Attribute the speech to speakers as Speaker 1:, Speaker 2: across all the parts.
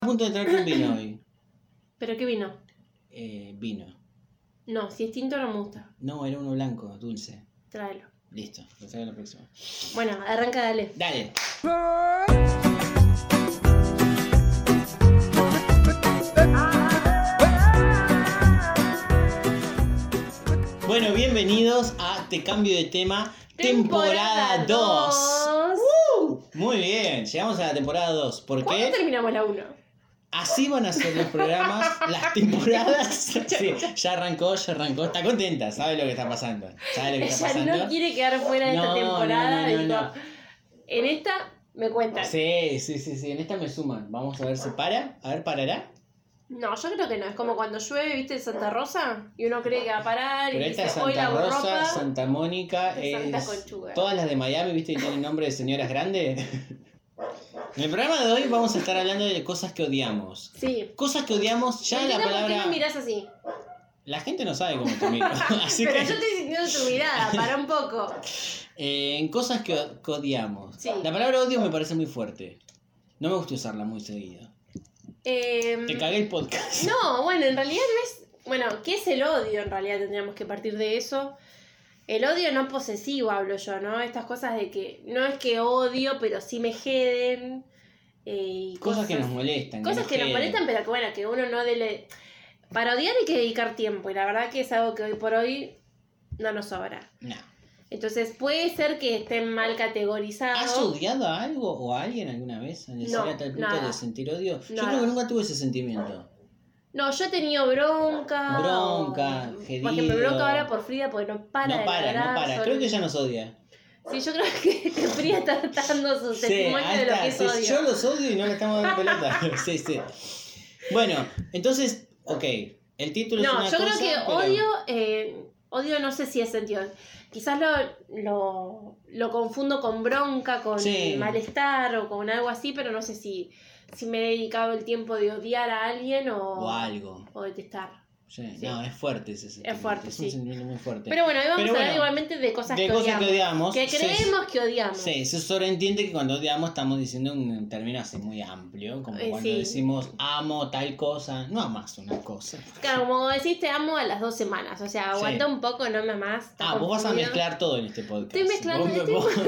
Speaker 1: punto de traerte un vino hoy.
Speaker 2: ¿Pero qué vino?
Speaker 1: Eh, vino.
Speaker 2: No, si es tinto no me gusta.
Speaker 1: No, era uno blanco, dulce.
Speaker 2: Tráelo.
Speaker 1: Listo, lo traigo la próxima.
Speaker 2: Bueno, arranca, dale.
Speaker 1: Dale. Bueno, bienvenidos a Te Cambio de Tema, temporada 2.
Speaker 2: dos.
Speaker 1: Muy bien, llegamos a la temporada 2. ¿Por
Speaker 2: ¿Cuándo
Speaker 1: qué?
Speaker 2: terminamos la 1?
Speaker 1: Así van a ser los programas, las temporadas. Sí, ya arrancó, ya arrancó. Está contenta, sabe lo que está pasando. Sabe lo que está
Speaker 2: Ella
Speaker 1: pasando.
Speaker 2: no quiere quedar fuera de
Speaker 1: No,
Speaker 2: esta
Speaker 1: no,
Speaker 2: temporada.
Speaker 1: no, no,
Speaker 2: dijo,
Speaker 1: no.
Speaker 2: En esta me cuentan.
Speaker 1: Sí, sí, sí, sí, en esta me suman. Vamos a ver si para. A ver, parará.
Speaker 2: No, yo creo que no. Es como cuando llueve, ¿viste? En Santa Rosa. Y uno cree que va a parar.
Speaker 1: Pero
Speaker 2: y
Speaker 1: esta
Speaker 2: dice,
Speaker 1: es
Speaker 2: hoy
Speaker 1: Santa
Speaker 2: la
Speaker 1: Rosa,
Speaker 2: ropa.
Speaker 1: Santa Mónica,
Speaker 2: de Santa
Speaker 1: es-
Speaker 2: Conchuga.
Speaker 1: todas las de Miami, ¿viste? Y tienen nombre de señoras grandes. En el programa de hoy vamos a estar hablando de cosas que odiamos.
Speaker 2: Sí.
Speaker 1: Cosas que odiamos, ya la
Speaker 2: Entiendo ¿Por qué
Speaker 1: palabra...
Speaker 2: me mirás así?
Speaker 1: La gente no sabe cómo te miro. Así
Speaker 2: Pero
Speaker 1: que,
Speaker 2: yo estoy sintiendo tu mirada. Para un poco.
Speaker 1: eh, en cosas que, o- que odiamos.
Speaker 2: Sí.
Speaker 1: La palabra odio me parece muy fuerte. No me gusta usarla muy seguido.
Speaker 2: Em,
Speaker 1: Te cagué el podcast.
Speaker 2: No, bueno, en realidad no es. Bueno, ¿qué es el odio? En realidad tendríamos que partir de eso. El odio no posesivo hablo yo, ¿no? Estas cosas de que no es que odio, pero sí me jeden. eh, y
Speaker 1: Cosas que nos molestan.
Speaker 2: Cosas que nos
Speaker 1: queden.
Speaker 2: molestan, pero que bueno, que uno no dele. Para odiar hay que dedicar tiempo, y la verdad que es algo que hoy por hoy no nos sobra.
Speaker 1: No.
Speaker 2: Entonces puede ser que estén mal
Speaker 1: ¿Has
Speaker 2: categorizados.
Speaker 1: odiado a algo o a alguien alguna vez? ¿En
Speaker 2: No,
Speaker 1: llegar a tal punto
Speaker 2: nada.
Speaker 1: de sentir odio? Yo
Speaker 2: Nada.
Speaker 1: creo que nunca tuve ese sentimiento.
Speaker 2: No, yo he tenido bronca.
Speaker 1: Bronca,
Speaker 2: o-
Speaker 1: jedido.
Speaker 2: Por ejemplo, bronca ahora por Frida porque no para de
Speaker 1: no para,
Speaker 2: ladrar
Speaker 1: no para.
Speaker 2: sobre-
Speaker 1: Creo que ella nos odia.
Speaker 2: Sí, yo creo que que Frida está tratando su testimonio
Speaker 1: ahí
Speaker 2: de lo
Speaker 1: está.
Speaker 2: que es
Speaker 1: Sí,
Speaker 2: odio.
Speaker 1: yo los odio y no le estamos dando pelota. sí, sí. Bueno, entonces, ok. El título es
Speaker 2: no,
Speaker 1: una
Speaker 2: yo creo
Speaker 1: cosa,
Speaker 2: que
Speaker 1: pero-
Speaker 2: odio, eh, odio no sé si es sentido. Quizás lo, lo, lo confundo con bronca, con
Speaker 1: Sí.
Speaker 2: malestar o con algo así, pero no sé si, si me he dedicado el tiempo de odiar a alguien o,
Speaker 1: O algo.
Speaker 2: o detestar.
Speaker 1: Sí,
Speaker 2: Sí.
Speaker 1: No, es fuerte ese sentimiento.
Speaker 2: Es fuerte,
Speaker 1: Es un
Speaker 2: sí.
Speaker 1: sentimiento muy fuerte.
Speaker 2: Pero bueno, hoy vamos
Speaker 1: Pero
Speaker 2: a hablar
Speaker 1: bueno,
Speaker 2: igualmente de cosas,
Speaker 1: de
Speaker 2: que,
Speaker 1: cosas
Speaker 2: odiamos,
Speaker 1: que odiamos.
Speaker 2: que
Speaker 1: se-
Speaker 2: creemos que odiamos.
Speaker 1: Sí, se sobreentiende que cuando odiamos estamos diciendo un término así muy amplio, como
Speaker 2: Eh,
Speaker 1: cuando
Speaker 2: sí.
Speaker 1: decimos amo tal cosa, no amas una cosa.
Speaker 2: Claro, como decís, te amo a las dos semanas. O sea, aguanta
Speaker 1: Sí.
Speaker 2: un poco, no me amás. está
Speaker 1: Ah, vos vas a
Speaker 2: confundido.
Speaker 1: mezclar todo en este podcast.
Speaker 2: Estoy mezclando,
Speaker 1: Vos,
Speaker 2: estoy-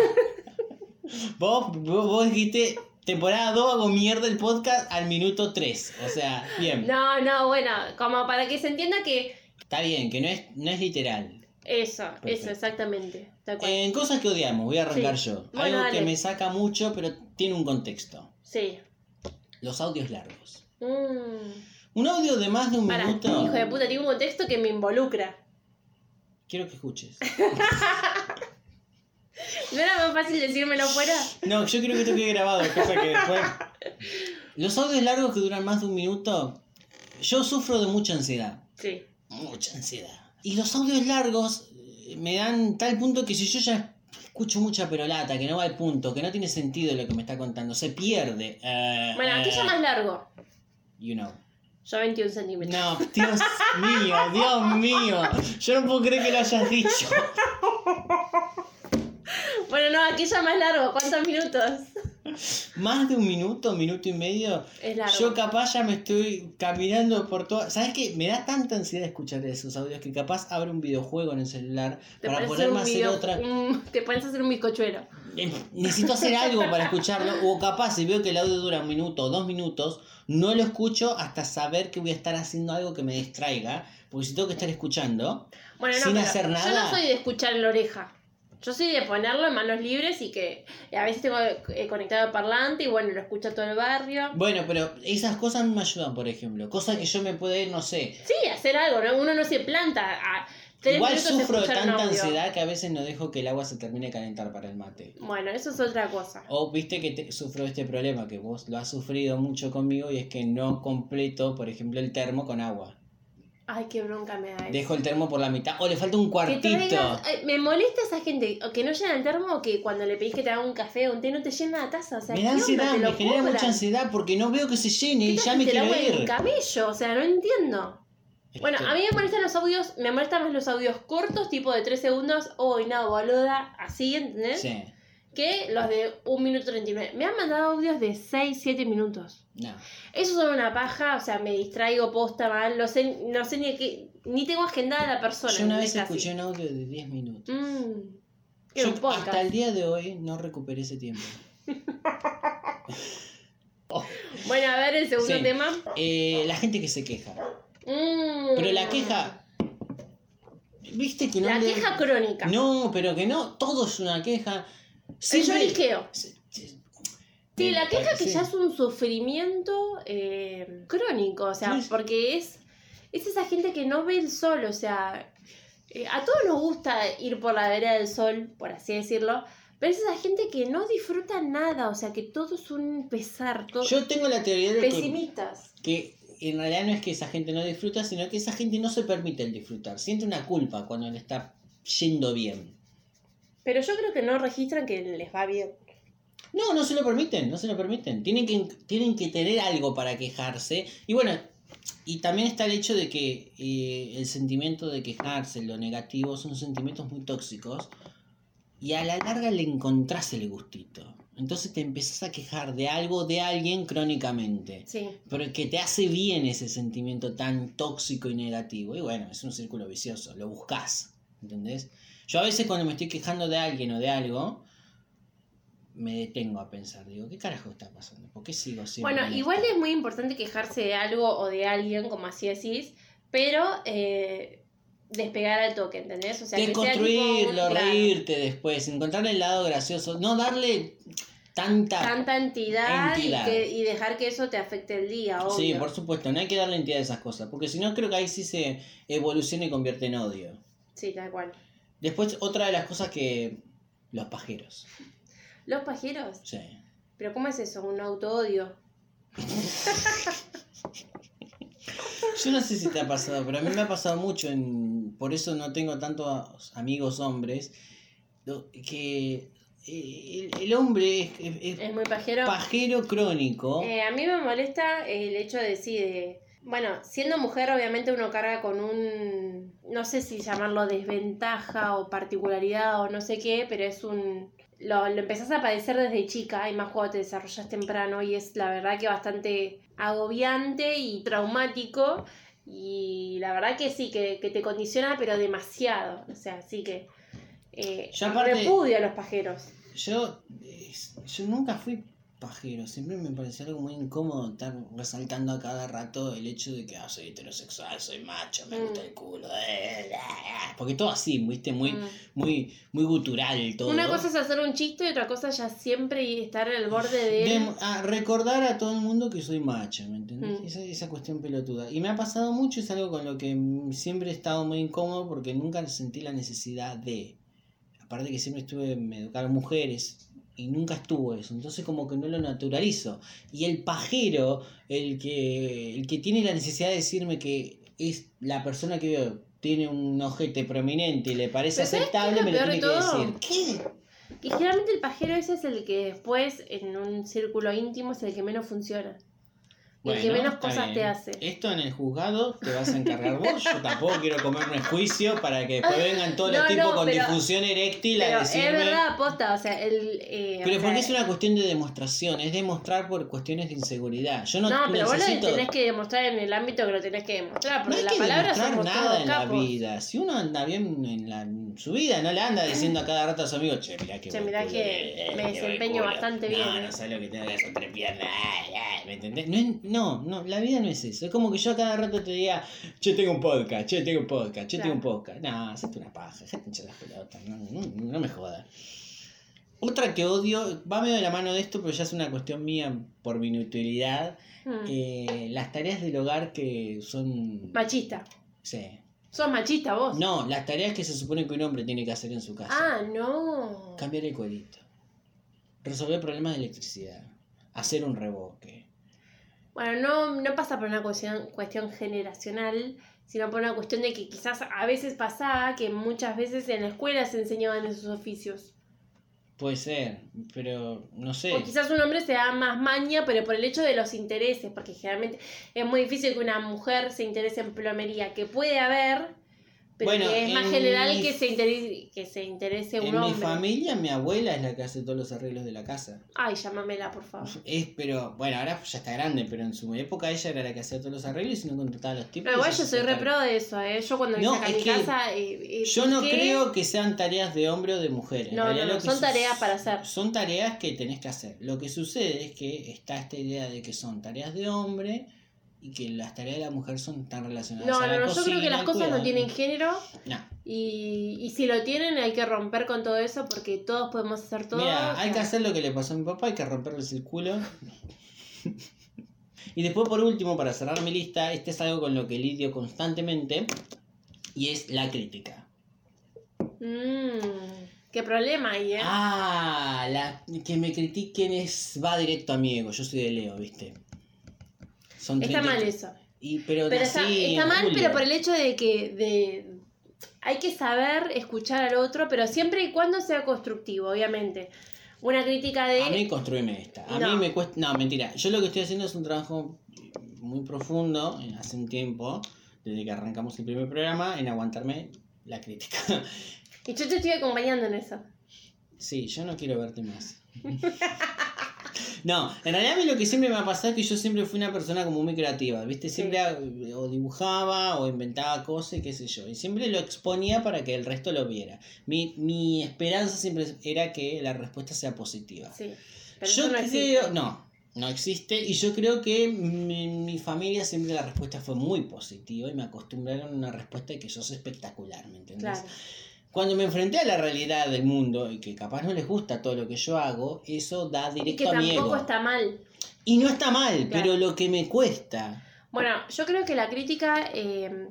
Speaker 1: vos, vos, vos- vos dijiste, temporada 2 hago mierda el podcast al minuto 3. O sea, bien.
Speaker 2: No, no, bueno, como para que se entienda que
Speaker 1: Está bien, que no es, no es literal.
Speaker 2: eso, eso
Speaker 1: Perfecto. Eh.
Speaker 2: exactamente. tal cual.
Speaker 1: En cosas que odiamos, voy a arrancar
Speaker 2: Sí.
Speaker 1: yo.
Speaker 2: Bueno,
Speaker 1: Algo
Speaker 2: dale.
Speaker 1: que me saca mucho, pero tiene un contexto.
Speaker 2: sí.
Speaker 1: Los audios largos.
Speaker 2: Mm.
Speaker 1: Un audio de más de un
Speaker 2: Pará,
Speaker 1: minuto.
Speaker 2: hijo de puta, tiene un contexto que me involucra.
Speaker 1: Quiero que escuches.
Speaker 2: ¿No era más fácil decírmelo fuera?
Speaker 1: No, yo creo que esto quede grabado, cosa que después. Los audios largos que duran más de un minuto, yo sufro de mucha ansiedad.
Speaker 2: Sí.
Speaker 1: Mucha ansiedad. Y los audios largos eh, me dan tal punto que si yo ya escucho mucha perolata, que no va al punto, que no tiene sentido lo que me está contando, se pierde. eh,
Speaker 2: Bueno, aquí
Speaker 1: eh,
Speaker 2: ya más largo.
Speaker 1: You know.
Speaker 2: Yo 21 centímetros.
Speaker 1: No, Dios mío, Dios mío. Yo no puedo creer que lo hayas dicho.
Speaker 2: Bueno, no, aquí ya más largo. ¿Cuántos minutos?
Speaker 1: Más de un minuto, minuto y medio.
Speaker 2: Es largo.
Speaker 1: Yo capaz ya me estoy caminando por todo. ¿Sabes qué? Me da tanta ansiedad escuchar esos audios que capaz abro un videojuego en el celular
Speaker 2: te
Speaker 1: para
Speaker 2: pones a hacer
Speaker 1: ponerme a
Speaker 2: un
Speaker 1: hacer
Speaker 2: video-
Speaker 1: otra.
Speaker 2: un- te pones a hacer un bizcochuelo.
Speaker 1: Eh, Necesito hacer algo para escucharlo. O capaz, si veo que el audio dura un minuto o dos minutos, no lo escucho hasta saber que voy a estar haciendo algo que me distraiga. Porque si tengo que estar escuchando,
Speaker 2: Bueno, no,
Speaker 1: Sin
Speaker 2: pero
Speaker 1: hacer
Speaker 2: yo no
Speaker 1: nada.
Speaker 2: soy de escuchar en la oreja. Yo soy de ponerlo en manos libres y que y a veces tengo eh, conectado el parlante y bueno, lo escucha todo el barrio.
Speaker 1: bueno, pero esas cosas me ayudan, por ejemplo. Cosas que yo me puedo ir, no sé,
Speaker 2: Sí, hacer algo, ¿no? Uno no se planta a tres
Speaker 1: Igual
Speaker 2: minutos
Speaker 1: sufro de
Speaker 2: escuchar un
Speaker 1: tanta
Speaker 2: audio.
Speaker 1: ansiedad que a veces no dejo que el agua se termine de calentar para el mate.
Speaker 2: Bueno, eso es otra cosa.
Speaker 1: O viste que te- sufro este problema, que vos lo has sufrido mucho conmigo y es que no completo, por ejemplo, el termo con agua.
Speaker 2: Ay, qué bronca me da eso.
Speaker 1: Dejo el termo por la mitad o le falta un
Speaker 2: Que
Speaker 1: cuartito.
Speaker 2: traigas- ay, me molesta esa gente o que no llena el termo o que cuando le pedís que te haga un café o un té no te llena la taza. O sea,
Speaker 1: Me
Speaker 2: ¿qué
Speaker 1: da
Speaker 2: onda?
Speaker 1: ansiedad,
Speaker 2: Te
Speaker 1: me
Speaker 2: lo
Speaker 1: genera
Speaker 2: cobran.
Speaker 1: mucha ansiedad porque no veo que se llene
Speaker 2: ¿Qué
Speaker 1: y ya me
Speaker 2: trajiste el
Speaker 1: quiero
Speaker 2: agua en el
Speaker 1: ir. Este
Speaker 2: cabello? O sea, no entiendo. Bueno, a mí me molestan los audios, me molestan más los audios cortos, tipo de 3 segundos, hoy no, boluda, así, ¿entendés?
Speaker 1: Sí.
Speaker 2: que los de 1 minuto 39. Me han mandado audios de 6, 7 minutos.
Speaker 1: No.
Speaker 2: Eso es una paja, o sea, me distraigo posta mal, no sé, no sé ni, a qué- ni tengo agendada la persona.
Speaker 1: Yo una
Speaker 2: ¿entendés?
Speaker 1: vez
Speaker 2: Casi.
Speaker 1: escuché un audio de 10 minutos.
Speaker 2: Mm. Era un
Speaker 1: Yo
Speaker 2: podcast.
Speaker 1: hasta el día de hoy no recuperé ese tiempo.
Speaker 2: Bueno, a ver el segundo
Speaker 1: Sí.
Speaker 2: tema.
Speaker 1: Eh, la gente que se queja.
Speaker 2: Mm.
Speaker 1: Pero la queja. ¿Viste que no
Speaker 2: La
Speaker 1: le-
Speaker 2: queja crónica.
Speaker 1: No, pero que no, todo es una queja.
Speaker 2: el
Speaker 1: Siempre-
Speaker 2: lloriqueo.
Speaker 1: Sí, sí.
Speaker 2: Sí,
Speaker 1: Eh,
Speaker 2: la queja que
Speaker 1: sí.
Speaker 2: ya es un sufrimiento eh, crónico, o sea,
Speaker 1: Sí, sí.
Speaker 2: porque es, es esa gente que no ve el sol, o sea, eh, a todos nos gusta ir por la vereda del sol, por así decirlo, pero es esa gente que no disfruta nada, o sea, que todo es un pesar, todo...
Speaker 1: Yo tengo la teoría de que,
Speaker 2: pesimistas.
Speaker 1: que en realidad no es que esa gente no disfruta, sino que esa gente no se permite el disfrutar. Siente una culpa cuando le está yendo bien.
Speaker 2: Pero yo creo que no registran que les va bien.
Speaker 1: No, no se lo permiten, no se lo permiten. Tienen que, tienen que tener algo para quejarse. Y bueno, y también está el hecho de que eh, el sentimiento de quejarse, lo negativo, son sentimientos muy tóxicos. Y a la larga le encontrás el gustito. Entonces te empezás a quejar de algo, de alguien crónicamente.
Speaker 2: Sí.
Speaker 1: Porque te hace bien ese sentimiento tan tóxico y negativo. Y bueno, es un círculo vicioso, lo buscas. ¿Entendés? Yo a veces cuando me estoy quejando de alguien o de algo, me detengo a pensar, digo, ¿qué carajo está pasando? ¿Por qué sigo siendo
Speaker 2: Bueno, igual es muy importante quejarse de algo o de alguien, como así decís, pero eh, despegar al toque, ¿entendés? O sea, que sea tipo un-
Speaker 1: Desconstruirlo,
Speaker 2: claro,
Speaker 1: reírte después, encontrar el lado gracioso, no darle tanta...
Speaker 2: tanta entidad,
Speaker 1: Entidad.
Speaker 2: Y, que- y dejar que eso te afecte el día, obvio.
Speaker 1: Sí, por supuesto, no hay que darle entidad a esas cosas, porque si no creo que ahí sí se evoluciona y convierte en odio.
Speaker 2: Sí, tal cual.
Speaker 1: Después, otra de las cosas que... Los pajeros.
Speaker 2: Los pajeros,
Speaker 1: Sí.
Speaker 2: pero ¿cómo es eso? Un auto-odio.
Speaker 1: Yo no sé si te ha pasado, pero a mí me ha pasado mucho, en, por eso no tengo tantos amigos hombres, lo- que eh, el, el hombre es, es- es
Speaker 2: Es muy pajero.
Speaker 1: pajero crónico.
Speaker 2: Eh, a mí me molesta el hecho de sí, de... Bueno, siendo mujer obviamente uno carga con un, no sé si llamarlo desventaja o particularidad o no sé qué, pero es un... Lo, lo empezás a padecer desde chica y más cuando te desarrollas temprano y es la verdad que bastante agobiante y traumático y la verdad que sí, que, que te condiciona pero demasiado, o sea, sí que... Eh,
Speaker 1: Yo aparte-
Speaker 2: repudio a los pajeros.
Speaker 1: Yo, es- yo nunca fui pajero, siempre me pareció algo muy incómodo estar resaltando a cada rato el hecho de que ah, soy heterosexual, soy macho, me gusta
Speaker 2: Mm.
Speaker 1: el culo. eh, eh, eh, porque todo así, viste, muy,
Speaker 2: Mm.
Speaker 1: muy, muy gutural todo.
Speaker 2: Una cosa es hacer un chiste y otra cosa ya siempre estar al borde de...
Speaker 1: Dem- a recordar a todo el mundo que soy macho, ¿me entendés?
Speaker 2: Mm.
Speaker 1: Esa, esa cuestión pelotuda. Y me ha pasado mucho, es algo con lo que mm, siempre he estado muy incómodo porque nunca sentí la necesidad de. Aparte que siempre estuve, me educaron mujeres y nunca estuvo eso. Entonces como que no lo naturalizo. Y el pajero, el que, el que tiene la necesidad de decirme que es la persona que veo, tiene un ojete prominente y le parece
Speaker 2: Pero ¿sabes qué es
Speaker 1: aceptable,
Speaker 2: lo
Speaker 1: me lo
Speaker 2: peor de
Speaker 1: tiene que
Speaker 2: todo?
Speaker 1: decir. ¿Qué?
Speaker 2: Y generalmente el pajero ese es el que después, en un círculo íntimo, es el que menos funciona. el que
Speaker 1: Bueno,
Speaker 2: menos
Speaker 1: está
Speaker 2: cosas te
Speaker 1: bien.
Speaker 2: hace.
Speaker 1: Esto en el juzgado te vas a encargar vos. Yo tampoco quiero comerme el juicio para que después vengan todos los
Speaker 2: No,
Speaker 1: tipos
Speaker 2: no,
Speaker 1: con
Speaker 2: pero-
Speaker 1: difusión eréctil
Speaker 2: Pero
Speaker 1: a
Speaker 2: es
Speaker 1: decirme.
Speaker 2: verdad, aposta, o sea, el... eh,
Speaker 1: Pero
Speaker 2: o
Speaker 1: porque
Speaker 2: sea,
Speaker 1: es una cuestión de demostración, es demostrar por cuestiones de inseguridad. Yo no,
Speaker 2: No, pero vos
Speaker 1: necesito.
Speaker 2: lo tenés que demostrar en el ámbito que lo tenés que demostrar,
Speaker 1: No
Speaker 2: porque
Speaker 1: hay
Speaker 2: la
Speaker 1: que
Speaker 2: palabra
Speaker 1: demostrar
Speaker 2: somos
Speaker 1: nada
Speaker 2: todos
Speaker 1: en la
Speaker 2: capos.
Speaker 1: vida. Si uno anda bien en, la, en su vida, no le anda diciendo a cada rato a su amigo, che, mirá que.
Speaker 2: Che,
Speaker 1: buen
Speaker 2: mirá
Speaker 1: culo,
Speaker 2: que
Speaker 1: eh,
Speaker 2: me
Speaker 1: qué buen
Speaker 2: desempeño
Speaker 1: culo".
Speaker 2: bastante
Speaker 1: no,
Speaker 2: bien,
Speaker 1: No,
Speaker 2: eh.
Speaker 1: sabes lo que tengo que hacer tres piernas. ay, ay", ¿Me entendés? No, es- no, no, la vida no es eso. Es como que yo a cada rato te diga, che, tengo un podcast, che, tengo un podcast, che, tengo un podcast. No, hacete una paja, dejate hinchar las pelotas. No, no, no me jodas. Otra que odio, va medio de la mano de esto, pero ya es una cuestión mía por mi inutilidad.
Speaker 2: Mm.
Speaker 1: eh, las tareas del hogar que son.
Speaker 2: Machista.
Speaker 1: Sí.
Speaker 2: Sos machista vos.
Speaker 1: No, las tareas que se supone que un hombre tiene que hacer en su casa.
Speaker 2: Ah, no.
Speaker 1: Cambiar el cuadrito. Resolver problemas de electricidad. Hacer un revoque.
Speaker 2: Bueno, no, no pasa por una cuestión, cuestión generacional, sino por una cuestión de que quizás a veces pasaba que muchas veces en la escuela se enseñaban esos oficios.
Speaker 1: Puede ser, pero no sé.
Speaker 2: O quizás un hombre se da más maña, pero por el hecho de los intereses, porque generalmente es muy difícil que una mujer se interese en plomería, que puede haber, Pero
Speaker 1: Bueno,
Speaker 2: que es más
Speaker 1: en
Speaker 2: general
Speaker 1: mi-
Speaker 2: que se interese, que se interese un
Speaker 1: En mi
Speaker 2: hombre.
Speaker 1: familia, mi abuela es la que hace todos los arreglos de la casa.
Speaker 2: Ay, llámamela, por favor.
Speaker 1: Es, pero, bueno, ahora ya está grande, pero en su época ella era la que hacía todos los arreglos y no contrataba a los tipos.
Speaker 2: Pero igual
Speaker 1: y
Speaker 2: yo
Speaker 1: se
Speaker 2: soy re
Speaker 1: sacaban.
Speaker 2: pro de eso, ¿eh? Yo cuando
Speaker 1: No,
Speaker 2: vine acá a
Speaker 1: es
Speaker 2: mi
Speaker 1: que
Speaker 2: casa... eh, eh,
Speaker 1: Yo no
Speaker 2: piqué.
Speaker 1: creo que sean tareas de hombre o de mujer. En
Speaker 2: No,
Speaker 1: realidad lo
Speaker 2: no, no,
Speaker 1: que
Speaker 2: son
Speaker 1: su-
Speaker 2: tareas para hacer.
Speaker 1: Son tareas que tenés que hacer. Lo que sucede es que está esta idea de que son tareas de hombre y que las tareas de la mujer son tan relacionadas
Speaker 2: No,
Speaker 1: a la
Speaker 2: no, no, yo creo
Speaker 1: cocina,
Speaker 2: que las
Speaker 1: al
Speaker 2: cosas no
Speaker 1: cuidado.
Speaker 2: tienen género
Speaker 1: No.
Speaker 2: y, y si lo tienen hay que romper con todo eso porque todos podemos hacer todo.
Speaker 1: Mira,
Speaker 2: o
Speaker 1: hay
Speaker 2: sea,
Speaker 1: que hacer lo que le pasó a mi papá, hay que romperles el culo. y después, por último, para cerrar mi lista, este es algo con lo que lidio constantemente y es la crítica.
Speaker 2: mm, qué problema hay, ¿eh?
Speaker 1: Ah, la, que me critiquen es va directo a mi ego. Yo soy de Leo, ¿viste? Son
Speaker 2: está
Speaker 1: 30
Speaker 2: mal eso.
Speaker 1: Y, pero
Speaker 2: Pero está,
Speaker 1: nací
Speaker 2: está
Speaker 1: en
Speaker 2: mal,
Speaker 1: julio.
Speaker 2: pero por el hecho de que de, hay que saber escuchar al otro, pero siempre y cuando sea constructivo, obviamente. Una crítica de...
Speaker 1: A mí construime esta. A
Speaker 2: No.
Speaker 1: mí me cuesta... No, mentira. Yo lo que estoy haciendo es un trabajo muy profundo, eh, hace un tiempo, desde que arrancamos el primer programa, en aguantarme la crítica.
Speaker 2: Y yo te estoy acompañando en eso.
Speaker 1: Sí, yo no quiero verte más. No, en realidad a mí lo que siempre me ha pasado es que yo siempre fui una persona como muy creativa, ¿viste? Siempre eh, o dibujaba o inventaba cosas y qué sé yo. Y siempre lo exponía para que el resto lo viera. Mi, mi esperanza siempre era que la respuesta sea positiva.
Speaker 2: Sí. Pero
Speaker 1: yo
Speaker 2: eso no
Speaker 1: creo,
Speaker 2: existe.
Speaker 1: no, no existe. Y yo creo que mi, mi familia siempre la respuesta fue muy positiva y me acostumbraron a una respuesta que sos espectacular, ¿me entendés?
Speaker 2: Claro.
Speaker 1: Cuando me enfrenté a la realidad del mundo y que capaz no les gusta todo lo que yo hago, eso da
Speaker 2: Y que
Speaker 1: directo a mi
Speaker 2: tampoco
Speaker 1: ego.
Speaker 2: está mal.
Speaker 1: Y no está mal,
Speaker 2: Claro.
Speaker 1: pero lo que me cuesta.
Speaker 2: Bueno, yo creo que la crítica, eh,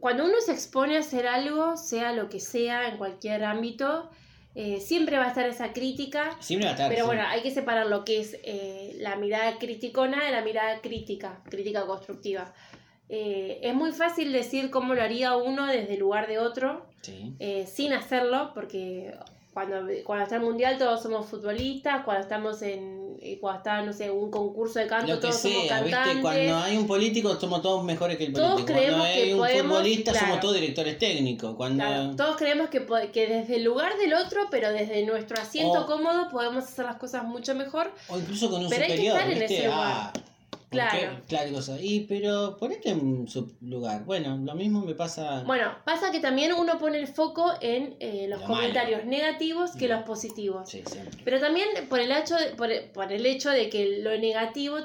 Speaker 2: cuando uno se expone a hacer algo, sea lo que sea, en cualquier ámbito, eh, siempre va a estar esa crítica.
Speaker 1: Siempre va a estar.
Speaker 2: Pero
Speaker 1: Ah, sí.
Speaker 2: bueno, hay que separar lo que es eh, la mirada criticona de la mirada crítica, crítica constructiva. Eh, es muy fácil decir cómo lo haría uno desde el lugar de otro,
Speaker 1: Sí.
Speaker 2: eh, sin hacerlo, porque cuando, cuando está el mundial todos somos futbolistas, cuando estamos en, eh, cuando está, no sé, un concurso de canto,
Speaker 1: Lo que
Speaker 2: todos somos
Speaker 1: sea,
Speaker 2: cantantes.
Speaker 1: ¿viste? Cuando hay un político, somos todos mejores que el
Speaker 2: Todos
Speaker 1: político.
Speaker 2: creemos
Speaker 1: Cuando hay
Speaker 2: que
Speaker 1: un
Speaker 2: podemos,
Speaker 1: futbolista,
Speaker 2: claro.
Speaker 1: somos todos directores técnicos. Cuando.
Speaker 2: Claro, todos creemos que, po- que desde el lugar del otro, pero desde nuestro asiento
Speaker 1: O-
Speaker 2: cómodo, podemos hacer las cosas mucho mejor.
Speaker 1: O incluso con un
Speaker 2: Pero hay que
Speaker 1: superior,
Speaker 2: estar en
Speaker 1: ¿viste?
Speaker 2: ese lugar.
Speaker 1: Ah, ¿por
Speaker 2: Claro.
Speaker 1: qué? Claro, cosa. Y pero ponete en su lugar. Bueno, lo mismo me pasa.
Speaker 2: Bueno, pasa que también uno pone el foco en eh, los
Speaker 1: Lo malo.
Speaker 2: comentarios negativos que
Speaker 1: Mm.
Speaker 2: los positivos.
Speaker 1: Sí, siempre.
Speaker 2: Pero también por el, hecho de, por, el, por el hecho de que lo negativo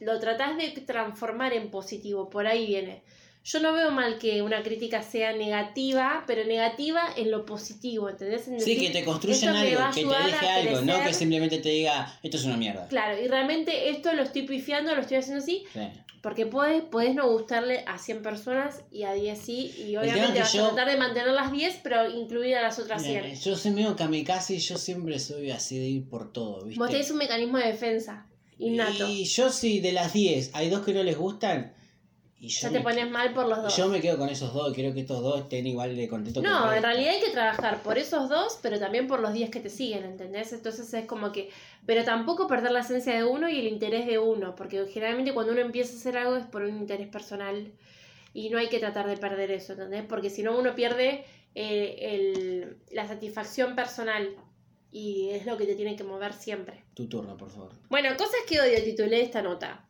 Speaker 2: lo tratás de transformar en positivo, por ahí viene. Yo no veo mal que una crítica sea negativa, pero negativa en lo positivo, ¿entendés? En
Speaker 1: Sí,
Speaker 2: decir,
Speaker 1: que te construyan
Speaker 2: "Esto me va a
Speaker 1: algo, que te
Speaker 2: ayudar
Speaker 1: deje
Speaker 2: a
Speaker 1: algo, no que
Speaker 2: crecer".
Speaker 1: simplemente te diga, esto es una mierda.
Speaker 2: Claro, y realmente esto lo estoy pifiando, lo estoy haciendo así,
Speaker 1: Sí.
Speaker 2: Porque puedes, puedes no gustarle a 100 personas y a 10 sí,
Speaker 1: tema
Speaker 2: y
Speaker 1: es
Speaker 2: obviamente
Speaker 1: que
Speaker 2: vas
Speaker 1: yo-
Speaker 2: a tratar de mantener las 10, pero incluir a las otras
Speaker 1: Mira,
Speaker 2: 100.
Speaker 1: Yo soy medio kamikaze y yo siempre soy así de ir por todo, ¿viste?
Speaker 2: Vos tenés un mecanismo de defensa innato.
Speaker 1: Y yo sí, de las 10, hay dos que no les gustan y yo,
Speaker 2: Ya te
Speaker 1: me,
Speaker 2: pones mal por los dos.
Speaker 1: yo me quedo con esos dos, quiero que estos dos estén igual de contentos que el
Speaker 2: No, en
Speaker 1: resto.
Speaker 2: realidad hay que trabajar por esos dos, pero también por los 10 que te siguen, ¿entendés? Entonces es como que... Pero tampoco perder la esencia de uno y el interés de uno, porque generalmente cuando uno empieza a hacer algo es por un interés personal y no hay que tratar de perder eso, ¿entendés? Porque si no uno pierde eh, el- la satisfacción personal y es lo que te tiene que mover siempre.
Speaker 1: Tu turno, por favor.
Speaker 2: Bueno, cosas que odio, titulé esta nota.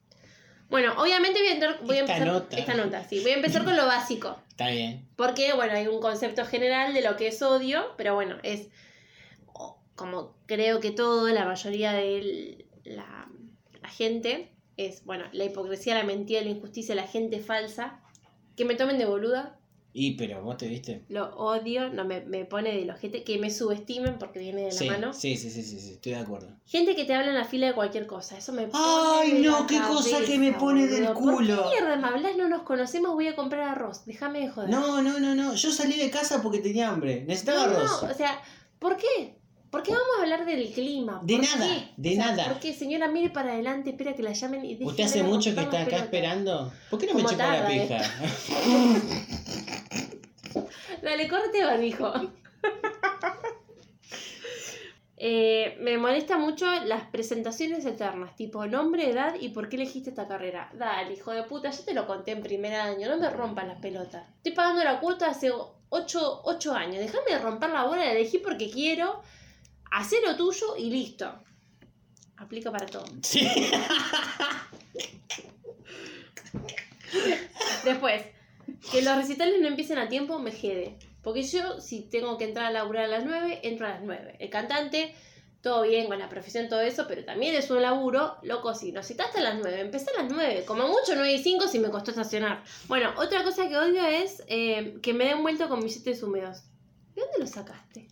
Speaker 2: Bueno, obviamente voy a, entrar, voy a
Speaker 1: Esta
Speaker 2: empezar...
Speaker 1: nota.
Speaker 2: Esta nota, sí. Voy a empezar con lo básico.
Speaker 1: Está bien.
Speaker 2: Porque, bueno, hay un concepto general de lo que es odio, pero bueno, es o- como creo que todo, la mayoría de l- la, la gente, es, bueno, la hipocresía, la mentira, la injusticia, la gente falsa. Que me tomen de boluda,
Speaker 1: Y pero vos te viste.
Speaker 2: lo odio, no me, me pone de los que me subestimen porque viene de la
Speaker 1: Sí,
Speaker 2: mano.
Speaker 1: sí, sí, sí, sí, sí, estoy de acuerdo.
Speaker 2: Gente que te habla en la fila de cualquier cosa, eso me pone.
Speaker 1: Ay,
Speaker 2: de
Speaker 1: no,
Speaker 2: la
Speaker 1: qué cosa que me pone del
Speaker 2: ¿Por qué
Speaker 1: culo.
Speaker 2: mierda me hablas? No nos conocemos, voy a comprar arroz, déjame de joder.
Speaker 1: No, no, no, no, yo salí de casa porque tenía hambre, necesitaba
Speaker 2: No,
Speaker 1: arroz.
Speaker 2: no, o sea, ¿por qué? ¿Por qué vamos a hablar del clima?
Speaker 1: De
Speaker 2: ¿Por
Speaker 1: nada,
Speaker 2: qué?
Speaker 1: de
Speaker 2: O sea,
Speaker 1: nada.
Speaker 2: Porque señora, mire para adelante, espera que la llamen y deje
Speaker 1: ¿Usted
Speaker 2: de
Speaker 1: hace mucho que está
Speaker 2: romper las
Speaker 1: acá
Speaker 2: pelotas.
Speaker 1: esperando? ¿Por qué no me
Speaker 2: Como
Speaker 1: chupa la
Speaker 2: tarda, eh.
Speaker 1: pija?
Speaker 2: Dale, corte barbijo. Eh, me molesta mucho las presentaciones eternas, tipo nombre, edad y por qué elegiste esta carrera. Dale, hijo de puta, yo te lo conté en primer año, no me rompas las pelotas. Estoy pagando la cuota hace 8, años, déjame de romper la bola, la elegí porque quiero, hacer lo tuyo y listo. Aplica para todo.
Speaker 1: Sí.
Speaker 2: Después, que los recitales no empiecen a tiempo me jede. Porque yo, si tengo que entrar a laburar a las 9, entro a las 9. El cantante, todo bien con la profesión, todo eso, pero también es un laburo. Loco, si nos citaste a las 9, empecé a las 9. Como mucho, 9 y 5 si me costó estacionar. Bueno, otra cosa que odio es eh, que me den vuelto con billetes húmedos. ¿De dónde los sacaste?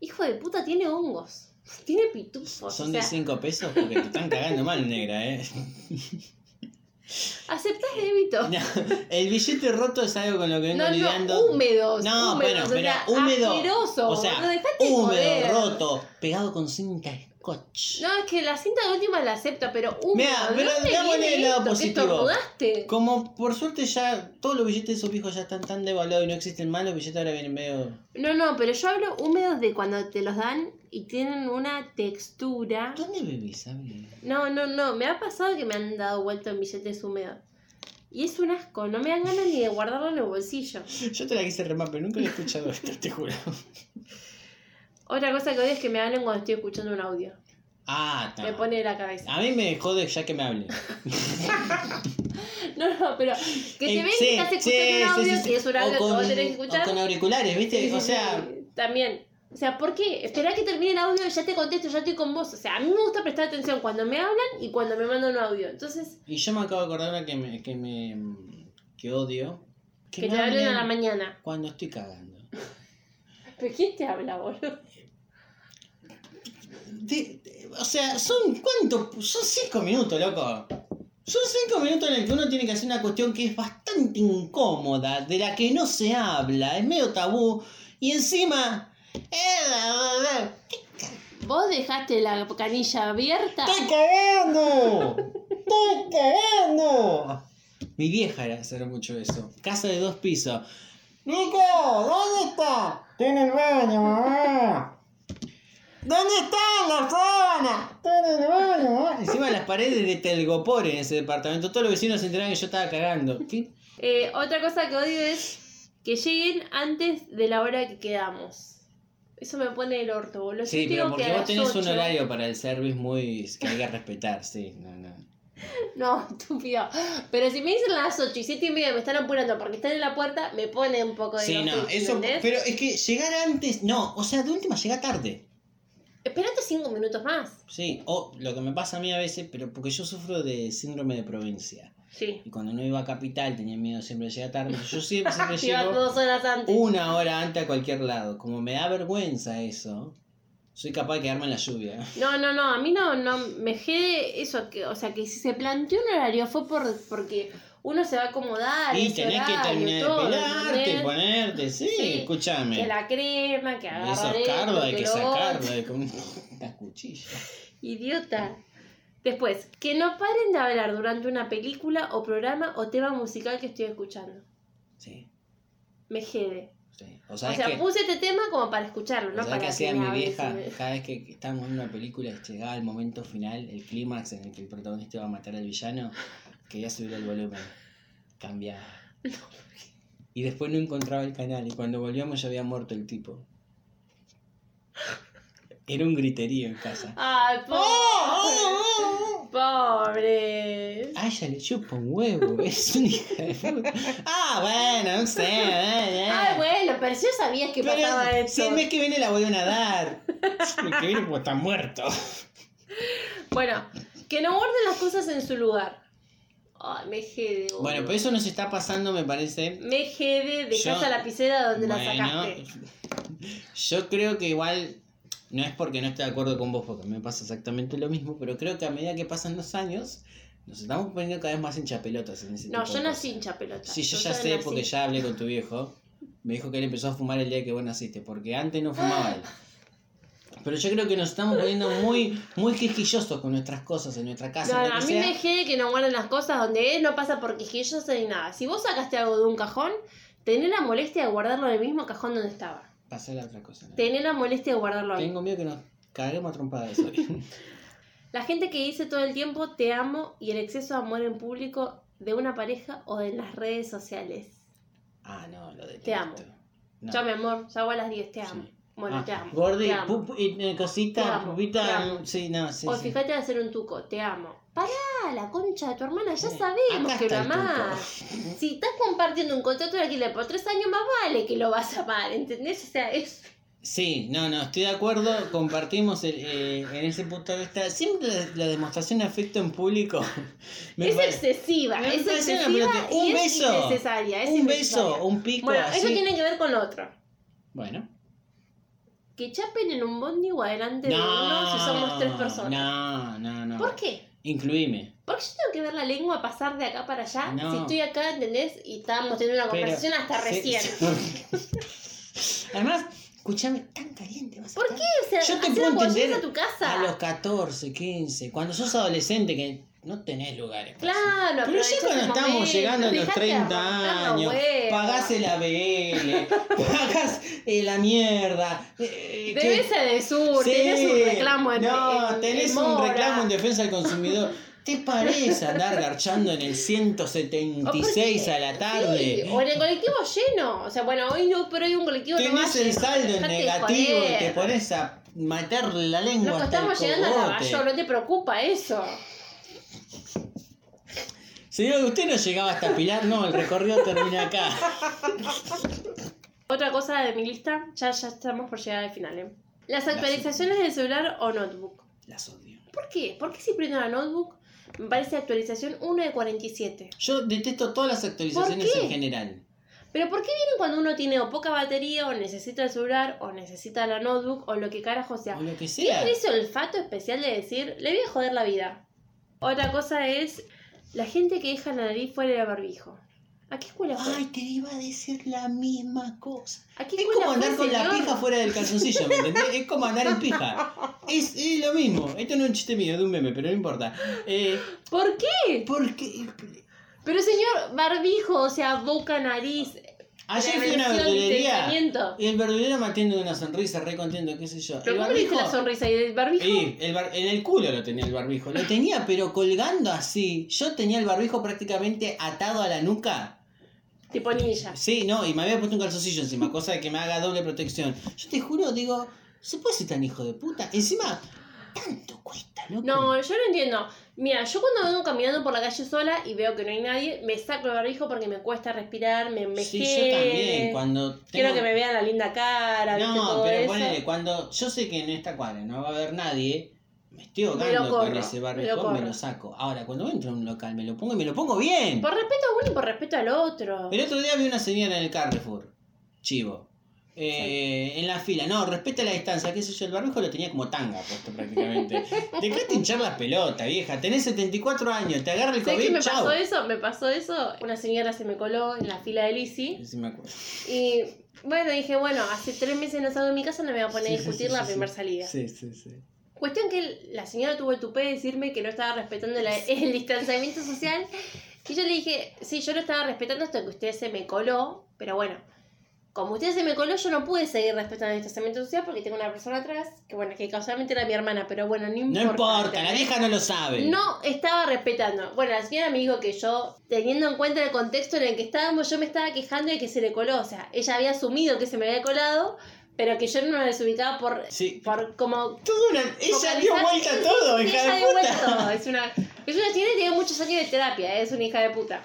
Speaker 2: Hijo de puta, tiene hongos. Tiene pitufos.
Speaker 1: Son
Speaker 2: o
Speaker 1: de
Speaker 2: sea,
Speaker 1: 5 pesos porque te están cagando mal, negra, ¿eh?
Speaker 2: ¿Aceptás débito?
Speaker 1: No, el billete roto es algo con lo que vengo
Speaker 2: Oh. No,
Speaker 1: lidiando.
Speaker 2: no, húmedos.
Speaker 1: No,
Speaker 2: húmedos,
Speaker 1: bueno, pero
Speaker 2: o sea,
Speaker 1: húmedo.
Speaker 2: asqueroso,
Speaker 1: o sea,
Speaker 2: boludo, dejate de
Speaker 1: húmedo,
Speaker 2: joder.
Speaker 1: roto, pegado con cinta scotch.
Speaker 2: No, es que la cinta de última la acepto, pero húmedo.
Speaker 1: Mirá,
Speaker 2: ¿de
Speaker 1: pero
Speaker 2: dónde
Speaker 1: veámosle
Speaker 2: viene
Speaker 1: el lado
Speaker 2: esto? ¿Que
Speaker 1: positivo.
Speaker 2: estornudaste?
Speaker 1: Como por suerte ya todos los billetes de esos viejos ya están tan devaluados y no existen más, los billetes ahora vienen medio.
Speaker 2: No, no, pero yo hablo húmedos de cuando te los dan y tienen una textura.
Speaker 1: ¿Dónde vivís, Abby?
Speaker 2: No, no, no, me ha pasado que me han dado vuelto en billetes húmedos. Y es un asco, no me dan ganas ni de guardarlo en el bolsillo.
Speaker 1: Yo te la quise remar, pero nunca lo he escuchado esto, te juro.
Speaker 2: Otra cosa que odio es que me hablen cuando estoy escuchando un audio.
Speaker 1: Ah, está.
Speaker 2: Me pone de la cabeza.
Speaker 1: A mí me jode ya que me hable.
Speaker 2: No, no, pero que te
Speaker 1: Eh,
Speaker 2: ven
Speaker 1: sí,
Speaker 2: que estás escuchando
Speaker 1: sí,
Speaker 2: un
Speaker 1: sí,
Speaker 2: audio
Speaker 1: sí, sí.
Speaker 2: y es un
Speaker 1: O
Speaker 2: audio que
Speaker 1: con-
Speaker 2: vos tenés que escuchar.
Speaker 1: O con auriculares, ¿viste?
Speaker 2: Sí, sí,
Speaker 1: o
Speaker 2: sí,
Speaker 1: sea,
Speaker 2: también. O sea, ¿por qué? Esperá que termine el audio, ya te contesto, ya estoy con vos. O sea, a mí me gusta prestar atención cuando me hablan y cuando me mandan un audio. Entonces,
Speaker 1: y yo me acabo de acordar una que me, que me que odio.
Speaker 2: que,
Speaker 1: me
Speaker 2: te hablen a la mañana.
Speaker 1: Cuando estoy cagando.
Speaker 2: ¿Pero quién te habla, boludo?
Speaker 1: De- de- o sea, son cuánto, son cinco minutos, loco. Son cinco minutos en el que uno tiene que hacer una cuestión que es bastante incómoda, de la que no se habla, es medio tabú, y encima. eh,
Speaker 2: ¿Vos dejaste la canilla abierta?
Speaker 1: ¡Estoy cagando! ¡Estoy cagando! Mi vieja era hacer mucho eso. Casa de dos pisos. ¡Nico! ¿Dónde está? Estoy en el baño, mamá. ¿Dónde está la sábana? Estoy en el baño, mamá. Encima las paredes de Telgopor en ese departamento. Todos los vecinos se enteraron que yo estaba cagando. ¿Qué?
Speaker 2: Eh, otra cosa que odio es que lleguen antes de la hora que quedamos. Eso me pone el orto, boludo.
Speaker 1: Sí,
Speaker 2: Si yo
Speaker 1: pero
Speaker 2: tengo que
Speaker 1: porque
Speaker 2: a
Speaker 1: vos
Speaker 2: las
Speaker 1: tenés un
Speaker 2: ocho- ¿eh?
Speaker 1: horario para el service muy... que hay que respetar, sí. No, no.
Speaker 2: No, estúpido. Pero si me dicen las 8 y 7 y media me están apurando porque están en la puerta, me pone un poco de
Speaker 1: Sí, no,
Speaker 2: enojo,
Speaker 1: eso...
Speaker 2: ¿entendés?
Speaker 1: Pero es que llegar antes... No, o sea, de última llega tarde.
Speaker 2: Esperate 5 minutos más.
Speaker 1: Sí, o lo que me pasa a mí a veces, pero porque yo sufro de síndrome de provincia.
Speaker 2: Sí.
Speaker 1: Y cuando no iba a capital tenía miedo siempre de llegar tarde. Yo siempre, siempre
Speaker 2: Llevas
Speaker 1: llego
Speaker 2: dos horas antes.
Speaker 1: una hora antes a cualquier lado. Como me da vergüenza eso, soy capaz de quedarme en la lluvia.
Speaker 2: No, no, no, a mí no, no, me jede eso, que, o sea, que si se planteó un horario fue por, porque uno se va a acomodar.
Speaker 1: y
Speaker 2: ese
Speaker 1: tenés que
Speaker 2: Ah, horario,
Speaker 1: terminar
Speaker 2: todo,
Speaker 1: de pelarte,
Speaker 2: ¿entendés?
Speaker 1: ponerte, sí,
Speaker 2: Sí,
Speaker 1: escúchame.
Speaker 2: Que la crema, que agarrar
Speaker 1: Esos
Speaker 2: esto,
Speaker 1: cardos hay que
Speaker 2: lo otro.
Speaker 1: sacarlos con una cuchilla.
Speaker 2: Idiota. Después, que no paren de hablar durante una película o programa o tema musical que estoy escuchando.
Speaker 1: Sí,
Speaker 2: Me jede.
Speaker 1: sí. O,
Speaker 2: O
Speaker 1: sabés
Speaker 2: sea,
Speaker 1: que-
Speaker 2: puse este tema como para escucharlo, no
Speaker 1: ¿Sabes
Speaker 2: para
Speaker 1: qué hacía
Speaker 2: me
Speaker 1: mi
Speaker 2: hables y
Speaker 1: vieja?
Speaker 2: me-
Speaker 1: Cada vez que estábamos en una película y llegaba el momento final, el clímax en el que el protagonista iba a matar al villano, quería subir el volumen. Cambiaba. Y después no encontraba el canal y cuando volvíamos ya había muerto el tipo. Era un griterío en casa.
Speaker 2: Ay,
Speaker 1: Oh,
Speaker 2: pobre. Pobre.
Speaker 1: Ah, ya le chupa un huevo, es una hija de puta. Ah, bueno, no sé. eh, eh.
Speaker 2: Ay, bueno, pero yo sabías que pasaba
Speaker 1: Pero si
Speaker 2: esto.
Speaker 1: el mes que viene la vuelven a dar. El que viene pues está muerto.
Speaker 2: Bueno, que no guarden las cosas en su lugar. Ay, me jede. boludo.
Speaker 1: Bueno, pero eso nos está pasando, me parece.
Speaker 2: Me jede, dejás
Speaker 1: Yo-
Speaker 2: la lapicera donde la sacaste.
Speaker 1: yo creo que igual no es porque no esté de acuerdo con vos, porque me pasa exactamente lo mismo, pero creo que a medida que pasan los años, nos estamos poniendo cada vez más hinchapelotas en ese tipo de
Speaker 2: No, yo
Speaker 1: cosas.
Speaker 2: nací hincha pelota.
Speaker 1: pues. Sí, yo ya sé,
Speaker 2: nací-
Speaker 1: porque ya hablé con tu viejo. Me dijo que él empezó a fumar el día que vos naciste, porque antes no fumaba él. Pero yo creo que nos estamos poniendo muy, muy quisquillosos con nuestras cosas en nuestra casa.
Speaker 2: No,
Speaker 1: en
Speaker 2: no,
Speaker 1: lo
Speaker 2: a
Speaker 1: que
Speaker 2: mí
Speaker 1: sea.
Speaker 2: me jede que no guarden las cosas donde es, no pasa por quisquillosa ni nada. Si vos sacaste algo de un cajón, tenés la molestia de guardarlo en el mismo cajón donde estaba.
Speaker 1: pasar a otra cosa. ¿no?
Speaker 2: Tener la molestia de guardarlo ahí.
Speaker 1: Tengo miedo que nos caguemos a trompadas hoy.
Speaker 2: La gente que dice todo el tiempo te amo y el exceso de amor en público de una pareja o en las redes sociales.
Speaker 1: ah, no, lo de
Speaker 2: amo. Ya, mi amor, ya voy a las 10, te amo.
Speaker 1: Sí. Ah,
Speaker 2: Bueno, te amo.
Speaker 1: Gordi,
Speaker 2: te amo.
Speaker 1: pup- y, eh,
Speaker 2: Te
Speaker 1: cosita,
Speaker 2: amo, te
Speaker 1: pupita.
Speaker 2: amo.
Speaker 1: Sí, no, sí.
Speaker 2: o
Speaker 1: sí.
Speaker 2: fíjate de hacer un tuco, te amo. Pará, la concha de tu hermana, ya
Speaker 1: Sí.
Speaker 2: sabemos
Speaker 1: Acá
Speaker 2: que lo
Speaker 1: está el tuco.
Speaker 2: amás. Si estás compartiendo un contrato de alquiler por tres años, más vale que lo vas a amar, ¿entendés? O sea, es.
Speaker 1: Sí, no, no, estoy de acuerdo. Compartimos el, eh, en ese punto de vista. Siempre la, la demostración de afecto en público. me
Speaker 2: es
Speaker 1: parece-
Speaker 2: excesiva,
Speaker 1: me
Speaker 2: es
Speaker 1: parece una
Speaker 2: excesiva
Speaker 1: pelota-
Speaker 2: y
Speaker 1: un
Speaker 2: es
Speaker 1: beso,
Speaker 2: innecesaria. es
Speaker 1: un beso,
Speaker 2: innecesaria.
Speaker 1: un pico
Speaker 2: Bueno,
Speaker 1: así.
Speaker 2: eso tiene que ver con otro.
Speaker 1: Bueno.
Speaker 2: Que chapen en un bondi o adelante de uno si somos tres personas.
Speaker 1: No, no, no.
Speaker 2: ¿Por qué?
Speaker 1: Incluime.
Speaker 2: Porque yo tengo que ver la lengua pasar de acá para allá.
Speaker 1: No.
Speaker 2: Si estoy acá, ¿entendés? Y estábamos teniendo una
Speaker 1: Pero-
Speaker 2: conversación hasta
Speaker 1: Sí,
Speaker 2: recién.
Speaker 1: sí. Además, escúchame, tan caliente. vas a
Speaker 2: ¿Por
Speaker 1: estar.
Speaker 2: O sea,
Speaker 1: Yo te
Speaker 2: hacelo
Speaker 1: puedo
Speaker 2: cuando llegues
Speaker 1: entender
Speaker 2: a tu casa.
Speaker 1: A los 14, 15, cuando sos adolescente que no tenés lugares. para hacer.
Speaker 2: Claro,
Speaker 1: Pero ya
Speaker 2: aprovechá
Speaker 1: cuando
Speaker 2: ese
Speaker 1: estamos
Speaker 2: momento,
Speaker 1: llegando a los
Speaker 2: dejate
Speaker 1: 30
Speaker 2: arrancar los
Speaker 1: años,
Speaker 2: huevos.
Speaker 1: pagás el ABL, pagás eh, la mierda. eh, que-
Speaker 2: Debes a de sur,
Speaker 1: Sí.
Speaker 2: tenés un reclamo en
Speaker 1: No,
Speaker 2: en-
Speaker 1: tenés
Speaker 2: en
Speaker 1: un
Speaker 2: Mora.
Speaker 1: reclamo en defensa del consumidor. ¿Te parece andar garchando en el
Speaker 2: ¿O por
Speaker 1: 176
Speaker 2: qué?
Speaker 1: a la tarde?
Speaker 2: Sí, o en el colectivo lleno. O sea, bueno, hoy no, pero hay un colectivo que
Speaker 1: Tenés
Speaker 2: más
Speaker 1: el
Speaker 2: lleno.
Speaker 1: saldo en
Speaker 2: Dejate de
Speaker 1: negativo y te
Speaker 2: joder.
Speaker 1: pones a matar la lengua.
Speaker 2: Loco,
Speaker 1: hasta el
Speaker 2: estamos llegando a
Speaker 1: cogote.
Speaker 2: Navajo, no te preocupa eso.
Speaker 1: Señor, usted no llegaba hasta Pilar, no, el recorrido termina acá.
Speaker 2: Otra cosa de mi lista, ya, ya estamos por llegar al final. ¿eh? Las actualizaciones del celular o notebook.
Speaker 1: Las odio.
Speaker 2: ¿Por qué? ¿Por qué si prendo la notebook me parece actualización 1 de 47?
Speaker 1: Yo detesto todas las actualizaciones
Speaker 2: ¿Por qué?
Speaker 1: en general.
Speaker 2: ¿Pero por qué vienen cuando uno tiene o poca batería, o necesita el celular, o necesita la notebook, o lo que carajo sea?
Speaker 1: O lo que sea.
Speaker 2: Tiene ese olfato especial de decir, le voy a joder la vida. Otra cosa es la gente que deja la nariz fuera del barbijo. ¿A qué escuela fue?
Speaker 1: Ay, te iba a decir la misma cosa.
Speaker 2: ¿A qué
Speaker 1: Es como
Speaker 2: escuela fue,
Speaker 1: andar con la
Speaker 2: señor?
Speaker 1: pija fuera del calzoncillo, ¿me entendés? Es como andar en pija. Es, es lo mismo. Esto no es un chiste mío, es de un meme, pero no importa. Eh,
Speaker 2: ¿Por qué?
Speaker 1: porque.
Speaker 2: Pero señor, barbijo, o sea, boca, nariz.
Speaker 1: Ayer fui a Ah, una
Speaker 2: prevención de
Speaker 1: verdulería.
Speaker 2: pensamiento.
Speaker 1: Y el verdulero me atiende una sonrisa, re contento, qué sé yo.
Speaker 2: ¿Pero
Speaker 1: El
Speaker 2: cómo le diste la
Speaker 1: barbijo-
Speaker 2: sonrisa y del barbijo?
Speaker 1: Sí, el bar- en el culo lo tenía el barbijo. Lo tenía, pero colgando así. Yo tenía el barbijo prácticamente atado a la nuca.
Speaker 2: Tipo ninja.
Speaker 1: Sí, no, y me había puesto un calzoncillo encima, cosa de que me haga doble protección. Yo te juro, digo, ¿se puede ser tan hijo de puta? Encima, tanto cuesta, loco.
Speaker 2: No, yo no entiendo. Mira, yo cuando vengo caminando por la calle sola y veo que no hay nadie, me saco el barbijo porque me cuesta respirar, me
Speaker 1: sí,
Speaker 2: envejece.
Speaker 1: yo también. Cuando tengo-
Speaker 2: Quiero que me vean la linda cara, ¿viste?
Speaker 1: No,
Speaker 2: Todo
Speaker 1: pero
Speaker 2: eso.
Speaker 1: ponele, cuando yo sé que en esta cuadra no va a haber nadie, me estoy
Speaker 2: Me lo
Speaker 1: ahogando
Speaker 2: corro,
Speaker 1: con ese barbijo,
Speaker 2: me lo
Speaker 1: me
Speaker 2: corro.
Speaker 1: lo saco. Ahora, cuando entro a un local, me lo pongo y me lo pongo bien.
Speaker 2: Por respeto a uno y por respeto al otro.
Speaker 1: El otro día vi una señora en el Carrefour, chivo, eh, en la fila. No, respeta la distancia, qué sé yo, el barbijo lo tenía como tanga puesto prácticamente. Dejate hinchar la pelota, vieja, tenés 74 años, te agarra el
Speaker 2: ¿Sabes qué
Speaker 1: COVID,
Speaker 2: me
Speaker 1: chau.
Speaker 2: pasó eso? Me pasó eso. Una señora se me coló en la fila del ICI
Speaker 1: Sí, me acuerdo.
Speaker 2: y bueno, dije, bueno, hace tres meses no salgo de mi casa, no me voy a poner
Speaker 1: Sí,
Speaker 2: a
Speaker 1: sí,
Speaker 2: discutir
Speaker 1: sí,
Speaker 2: la
Speaker 1: sí,
Speaker 2: primera
Speaker 1: sí.
Speaker 2: salida.
Speaker 1: Sí, sí, sí.
Speaker 2: Cuestión que la señora tuvo el tupé de decirme que no estaba respetando la- el distanciamiento social. Y yo le dije, sí, yo lo estaba respetando hasta que usted se me coló, pero bueno, como usted se me coló, yo no pude seguir respetando el distanciamiento social porque tengo una persona atrás, que bueno, que casualmente era mi hermana, pero bueno, no
Speaker 1: No
Speaker 2: importa.
Speaker 1: importa, la vieja no lo sabe.
Speaker 2: No estaba respetando. Bueno, la señora me dijo que yo, teniendo en cuenta el contexto en el que estábamos, yo me estaba quejando de que se le coló. O sea, ella había asumido que se me había colado, pero que yo no la desubicaba por,
Speaker 1: Sí.
Speaker 2: por como...
Speaker 1: Todo una- Ella dio
Speaker 2: focalizar-
Speaker 1: vuelta a
Speaker 2: Sí,
Speaker 1: todo,
Speaker 2: sí,
Speaker 1: hija
Speaker 2: ella
Speaker 1: de
Speaker 2: dio vuelta
Speaker 1: puta.
Speaker 2: todo. Es una, es una señora que tiene muchos años de terapia, ¿eh? es una hija de puta.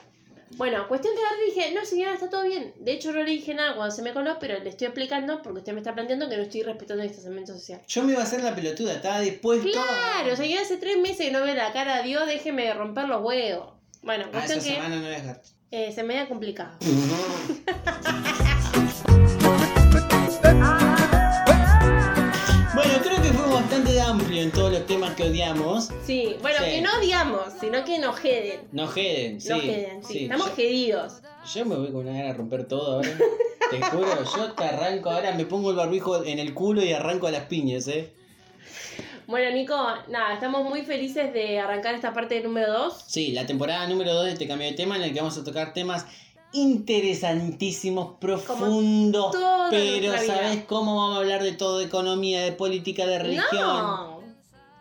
Speaker 2: Bueno, cuestión que ahora le dije, no señora, está todo bien. De hecho, no le dije nada cuando se me coló, pero le estoy explicando porque usted me está planteando que no estoy respetando el distanciamiento social.
Speaker 1: Yo me iba a hacer la pelotuda, estaba dispuesto.
Speaker 2: Claro, o sea, yo hace tres meses que no veo la cara de Dios, déjeme de romper los huevos. Bueno,
Speaker 1: Ah, esa
Speaker 2: cuestión que
Speaker 1: semana no voy a dejar.
Speaker 2: eh, se me había complicado.
Speaker 1: Bueno, creo que fue bastante amplio en todos los temas que odiamos.
Speaker 2: Sí, bueno,
Speaker 1: Sí.
Speaker 2: que no odiamos, sino que nos jeden.
Speaker 1: No jeden, sí.
Speaker 2: Nos jeden, sí.
Speaker 1: sí.
Speaker 2: Estamos jedidos.
Speaker 1: Yo, yo me voy con una gana de romper todo ahora. Te juro, yo te arranco ahora, me pongo el barbijo en el culo y arranco a las piñas, ¿eh?
Speaker 2: Bueno, Nico, nada, estamos muy felices de arrancar esta parte número 2.
Speaker 1: Sí, la temporada número 2 de este cambio de tema en el que vamos a tocar temas interesantísimos, profundos,
Speaker 2: toda
Speaker 1: pero
Speaker 2: nuestra vida.
Speaker 1: ¿sabes cómo vamos a hablar de todo? De economía, de política, de religión.
Speaker 2: No.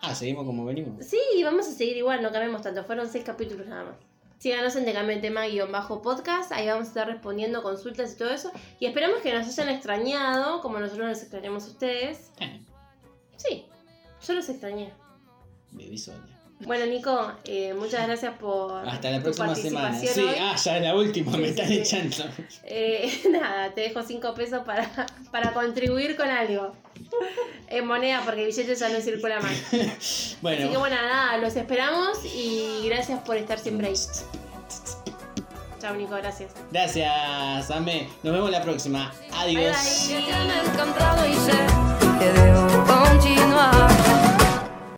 Speaker 1: Ah, seguimos como venimos.
Speaker 2: Sí, vamos a seguir igual, no cambiamos tanto. Fueron seis capítulos nada más. Síganos en Te Cambio el Tema guión bajo podcast. Ahí vamos a estar respondiendo consultas y todo eso. Y esperamos que nos hayan extrañado, como nosotros nos extrañamos a ustedes.
Speaker 1: Eh,
Speaker 2: Sí, yo los extrañé.
Speaker 1: baby Sonia.
Speaker 2: Bueno, Nico, eh, muchas gracias por
Speaker 1: Hasta la
Speaker 2: tu
Speaker 1: próxima semana.
Speaker 2: participación
Speaker 1: Sí,
Speaker 2: hoy.
Speaker 1: ah, ya es la última,
Speaker 2: Sí,
Speaker 1: me
Speaker 2: sí,
Speaker 1: están
Speaker 2: sí.
Speaker 1: echando.
Speaker 2: Eh, nada, te dejo cinco pesos para, para contribuir con algo. En moneda, porque billetes ya no circula más. Así que
Speaker 1: Bueno,
Speaker 2: bueno, nada, los esperamos y gracias por estar siempre ahí. Chao, Nico, gracias.
Speaker 1: gracias, Amé. Nos vemos la próxima. Adiós.
Speaker 2: Bye, bye.
Speaker 3: Te han encontrado y sé que debo